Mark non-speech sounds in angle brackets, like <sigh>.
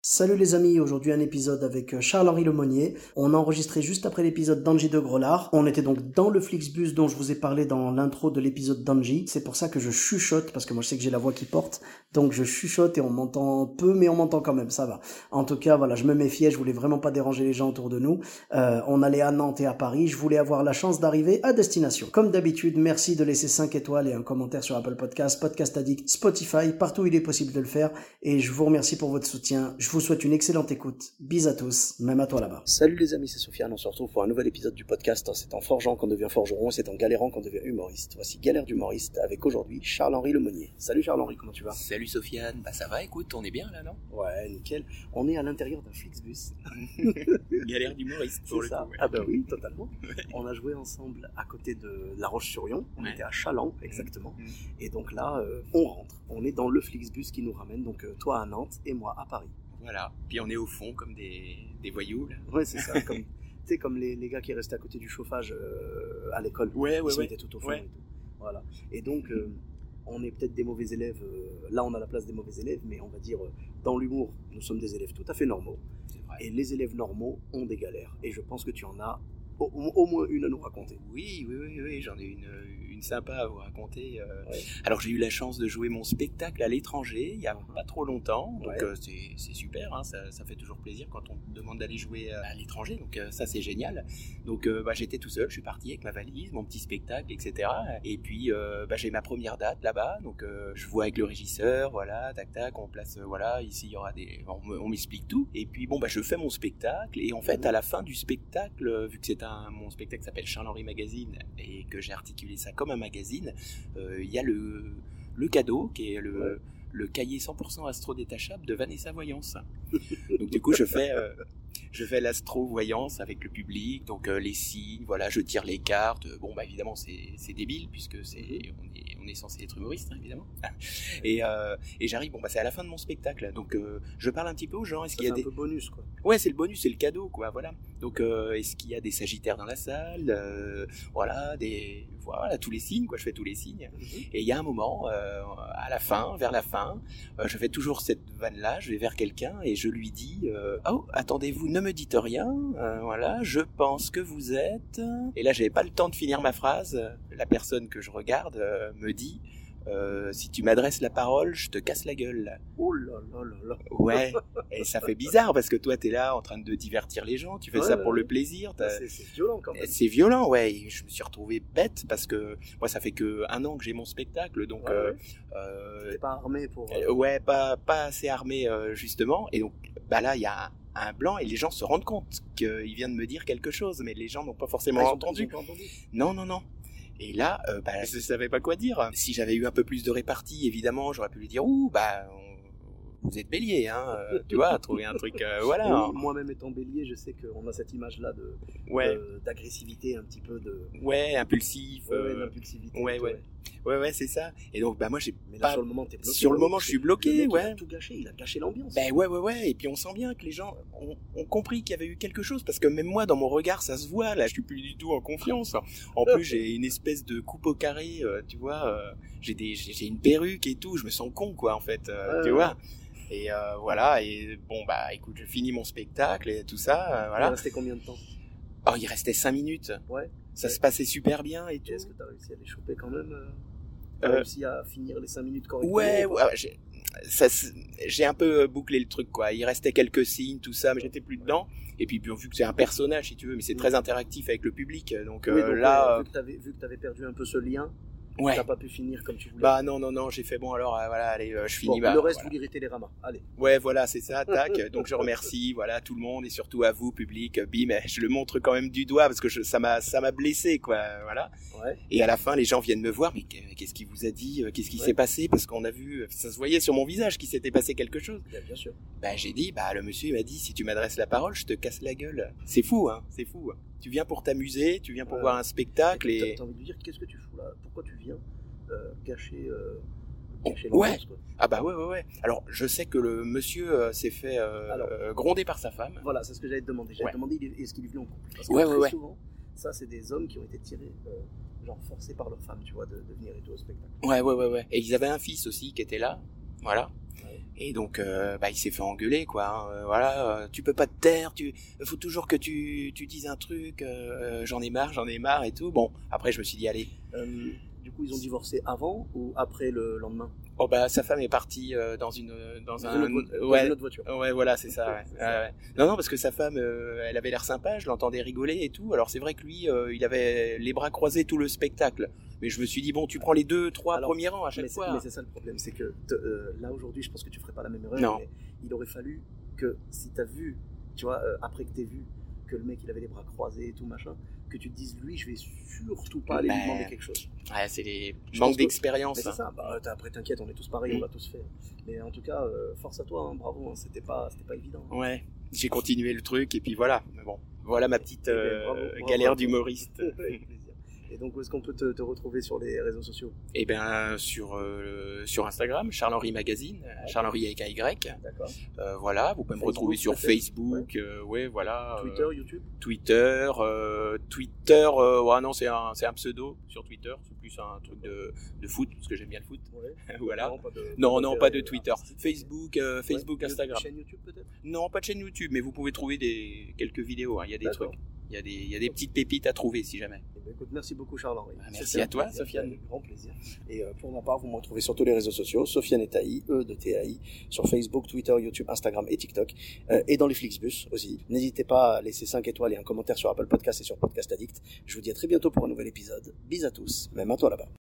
Salut les amis, aujourd'hui un épisode avec euh, Charles-Henri Lemonnier. On a enregistré juste après l'épisode d'Angie de Grolard. On était donc dans le Flixbus dont je vous ai parlé dans l'intro de l'épisode d'Angie. C'est pour ça que je chuchote, parce que moi je sais que j'ai la voix qui porte, donc je chuchote et on m'entend peu, mais on m'entend quand même, ça va. En tout cas, voilà, je me méfiais, je voulais vraiment pas déranger les gens autour de nous. Euh, on allait à Nantes et à Paris, je voulais avoir la chance d'arriver à destination. Comme d'habitude, merci de laisser 5 étoiles et un commentaire sur Apple Podcast, Podcast Addict, Spotify, partout où il est possible de le faire. Et je vous remercie pour votre soutien. Je vous souhaite une excellente écoute. Bis à tous, même à toi là-bas. Salut les amis, c'est Sofiane, on se retrouve pour un nouvel épisode du podcast. Hein, C'est en forgeant qu'on devient forgeron et c'est en galérant qu'on devient humoriste. Voici Galère d'humoriste avec aujourd'hui Charles-Henri Lemonnier. Salut Charles-Henri, comment tu vas Salut Sofiane, bah ça va, écoute, on est bien là, non Ouais, nickel. On est à l'intérieur d'un Flixbus. <laughs> Galère d'humoriste C'est pour le ça coup. ouais. Ah bah oui, <laughs> totalement. On a joué ensemble à côté de La Roche-sur-Yon. On Ouais. était à Chaland, exactement. Mhm. Et donc là, euh, on rentre. On est dans le Flixbus qui nous ramène, donc euh, toi à Nantes et moi à Paris. Voilà, puis on est au fond comme des, des voyous là. Ouais, c'est ça. comme, tu sais, comme les, les gars qui restent à côté du chauffage euh, à l'école. Ouais, Ils se mettaient tout au fond Ouais. et tout. Voilà. Et donc, euh, on est peut-être des mauvais élèves. euh, là, on a la place des mauvais élèves, mais on va dire, euh, dans l'humour, nous sommes des élèves tout à fait normaux. C'est vrai. Et les élèves normaux ont des galères. Et je pense que tu en as au, au- au moins une à nous raconter. Oui, oui, oui, oui, j'en ai une, une sympa à vous raconter. euh. Ouais. Alors j'ai eu la chance de jouer mon spectacle à l'étranger il n'y a pas trop longtemps, donc Ouais. euh, c'est c'est super, hein, ça, ça fait toujours plaisir quand on te demande d'aller jouer euh, à l'étranger, donc euh, ça c'est génial. Donc euh, bah, j'étais tout seul, je suis parti avec ma valise, mon petit spectacle, etc. Et puis euh, bah, j'ai ma première date là-bas, donc euh, je vois avec le régisseur, voilà, tac tac, on place, euh, voilà, ici il y aura des, on me- on m'explique tout. Et puis bon bah je fais mon spectacle et en fait à la fin du spectacle, euh, vu que c'est un mon spectacle s'appelle Charles Henri Magazine et que j'ai articulé ça comme un magazine, euh, il y a le le cadeau qui est le le cahier 100% astro détachable de Vanessa Voyance. Donc du coup, je fais, euh, je fais l'astro-voyance avec le public, donc euh, les signes, voilà, je tire les cartes. Bon, bah évidemment, c'est c'est débile, puisque Mhm. c'est on est, on est censé être humoriste, hein, évidemment. <laughs> Et, euh, et j'arrive, bon, bah c'est à la fin de mon spectacle, donc euh, je parle un petit peu aux gens. Est-ce Ça, qu'il y C'est a un des... peu bonus, quoi. Ouais, c'est le bonus, c'est le cadeau, quoi, voilà. Donc, euh, est-ce qu'il y a des sagittaires dans la salle Euh, Voilà, des... Voilà, tous les signes, quoi, je fais tous les signes. Et il y a un moment, euh, à la fin, vers la fin, euh, je fais toujours cette vanne-là, je vais vers quelqu'un et je lui dis euh, Oh, attendez-vous, ne me dites rien, euh, voilà, je pense que vous êtes... » Et là, j'avais pas le temps de finir ma phrase. La personne que je regarde euh, me dit Euh, Si tu m'adresses la parole, je te casse la gueule. » Oh là là là là. <laughs> Ouais, et ça fait bizarre parce que toi, t'es là en train de divertir les gens, tu fais Ouais, ça ouais, pour ouais. le plaisir. t'as- C'est Eh, c'est violent quand même. C'est violent, ouais. et Je me suis retrouvé bête parce que moi, ça fait que un an que j'ai mon spectacle, donc Ouais, euh, ouais. euh, T'es pas armé pour. euh, ouais, pas pas assez armé euh, justement. Et donc, bah là, il y a un, un blanc et les gens se rendent compte qu'il vient de me dire quelque chose, mais les gens n'ont pas Ah, ils forcément ont- ils ont entendu. pas entendu. Non, non, non. Et là, euh, bah, je savais pas quoi dire. Si j'avais eu un peu plus de répartie, évidemment, j'aurais pu lui dire Ouh, bah, on- vous êtes bélier, hein. <laughs> euh, tu vois, trouver un truc. euh, voilà. Oui, Moi-même étant bélier, je sais qu'on a cette image-là de, Ouais, de- d'agressivité, un petit peu de ouais, impulsif. ouais, ouais, euh, d'impulsivité. ouais, et tout, ouais. ouais, ouais, c'est ça. Et donc, bah, moi, j'ai Mais là, pas. sur le moment, t'es bloqué. sur le Ouais, moment, parce je suis que bloqué, le mec, Il ouais. a tout gâché, il a gâché l'ambiance. Ben ouais, ouais, ouais. Et puis on sent bien que les gens ont, ont compris qu'il y avait eu quelque chose parce que même moi, dans mon regard, ça se voit. Là, je suis plus du tout en confiance. En plus, j'ai une espèce de coupe au carré, euh, tu vois. euh, j'ai des, j'ai j'ai une perruque et tout. Je me sens con, quoi, en fait. euh, Ouais, tu ouais. vois. Et euh, voilà. Et bon, bah, écoute, je finis mon spectacle et tout ça. euh, Il est voilà. resté combien de temps Oh, il restait cinq minutes. Ouais. Ça se passait super bien et Et tout. Est-ce que t'as réussi à les choper quand même euh, T'as Euh, réussi à finir les 5 minutes correctement Ouais, ou ouais, j'ai- ça se- j'ai un peu euh, bouclé le truc, quoi. Il restait quelques signes, tout ça, mais j'étais plus dedans. Et puis, bon, vu que c'est un personnage, si tu veux, mais c'est très interactif avec le public, donc, pas euh, Mm. Oui, donc, là, ouais, vu que t'avais- vu que t'avais perdu un peu ce lien, euh, Ouais. T'as pas pu finir comme tu voulais. Bah non, non, non, j'ai fait bon alors, euh, voilà, allez, euh, je Bon, finis ma... le reste, voilà. vous lirez Télérama. Allez. Ouais, voilà, c'est ça, <laughs> tac. Donc je remercie, voilà, tout le monde et surtout à vous, public. euh, Bim, <laughs> je le montre quand même du doigt parce que je- ça m'a, ça m'a blessé, quoi. Voilà. Ouais. Et à la fin, les gens viennent me voir, mais qu'est- qu'est-ce qu'il vous a dit euh, Qu'est-ce qui Ouais. s'est passé Parce qu'on a vu, ça se voyait sur mon visage qu'il s'était passé quelque chose. Bien, bien sûr. Bah j'ai dit, bah le monsieur il m'a dit, si tu m'adresses la parole, je te casse la gueule. C'est fou, hein C'est fou. Tu viens pour t'amuser, tu viens pour Ouais. voir un spectacle T'as et t'as envie de lui dire qu'est-ce que tu fous là Pourquoi tu viens euh, gâcher, euh, gâcher Ouais. l'ambiance, quoi. ah bah ouais ouais ouais. Alors je sais que le monsieur euh, s'est fait euh, Alors. euh, gronder par sa femme. Voilà, c'est ce que j'allais te demander. J'allais Ouais. te demander il est- est-ce qu'il est venu en couple Parce que Ouais, très ouais, ouais. souvent, ça, c'est des hommes qui ont été tirés, euh, genre forcés par leur femme, tu vois, de, de venir et tout au spectacle. Ouais, ouais, ouais, ouais. Et ils avaient un fils aussi qui était là. Voilà. Ouais. Et donc, euh, bah, il s'est fait engueuler, quoi. hein. Euh, voilà, euh, tu peux pas te taire, tu faut toujours que tu, tu dises un truc, euh, euh, j'en ai marre, j'en ai marre et tout. Bon, après, je me suis dit, allez, Euh, du coup, ils ont divorcé avant ou après le lendemain oh bah, sa femme est partie euh, dans une. euh, Dans, Dans un. une autre, vo- dans ouais. une autre voiture. Ouais, voilà, c'est ça. ouais. Ouais, ouais. Non, non, parce que sa femme, euh, elle avait l'air sympa, je l'entendais rigoler et tout. Alors c'est vrai que lui, euh, il avait les bras croisés tout le spectacle. Mais je me suis dit, bon, tu prends les deux, trois Alors, premiers rangs à chaque Mais c'est fois. mais c'est ça le problème, c'est que te- euh, là aujourd'hui, je pense que tu ferais pas la même erreur. Non. mais il aurait fallu que si t'as vu, tu vois, euh, après que t'aies vu que le mec il avait les bras croisés et tout machin, que tu te dises lui, je vais surtout pas aller lui Ben, demander quelque chose. Ouais, c'est les Je pense manques que- d'expérience. Mais c'est hein. Mm. ça, bah, t'as- après t'inquiète, on est tous pareils, on va tous faire. Mais en tout cas, euh, force à toi, hein, bravo, hein, c'était pas, c'était pas évident. <laughs> hein. Ouais, j'ai continué le truc et puis voilà. Mais bon, voilà ma petite Eh bien, euh, bravo, bravo à galère toi. d'humoriste. Avec plaisir. Et donc, où est-ce qu'on peut te, te retrouver sur les réseaux sociaux et ben sur euh, sur Instagram, Charles Henri Magazine, Charles Henri avec un Y. D'accord Euh, voilà, vous pouvez me Facebook, retrouver sur peut-être. Facebook. euh, ouais, voilà. euh, Twitter, YouTube Twitter, euh, Twitter. euh, ouais, non, c'est un c'est un pseudo sur Twitter. C'est plus un truc de de foot parce que j'aime bien le foot. <laughs> Ouais. voilà. Non, pas de, Non, non, pas de euh, Twitter. artistique. Facebook, euh, Facebook, Ouais. Instagram. Chaîne YouTube peut-être Non, pas de chaîne YouTube, mais vous pouvez trouver des quelques vidéos. hein, Il y a des D'accord. trucs. Il y a des il y a des petites pépites à trouver si jamais. Eh ben, écoute, merci beaucoup Charles-Henri. Ah, C'était merci un à toi, plaisir, Sofiane. c'était un grand plaisir. Et euh, pour ma part, vous me retrouvez sur tous les réseaux sociaux, Sofiane et Taï, E de TAI, sur Facebook, Twitter, YouTube, Instagram et TikTok, euh, et dans les Flixbus aussi. N'hésitez pas à laisser 5 étoiles et un commentaire sur Apple Podcast et sur Podcast Addict. Je vous dis à très bientôt pour un nouvel épisode. Bis à tous, même à toi là-bas.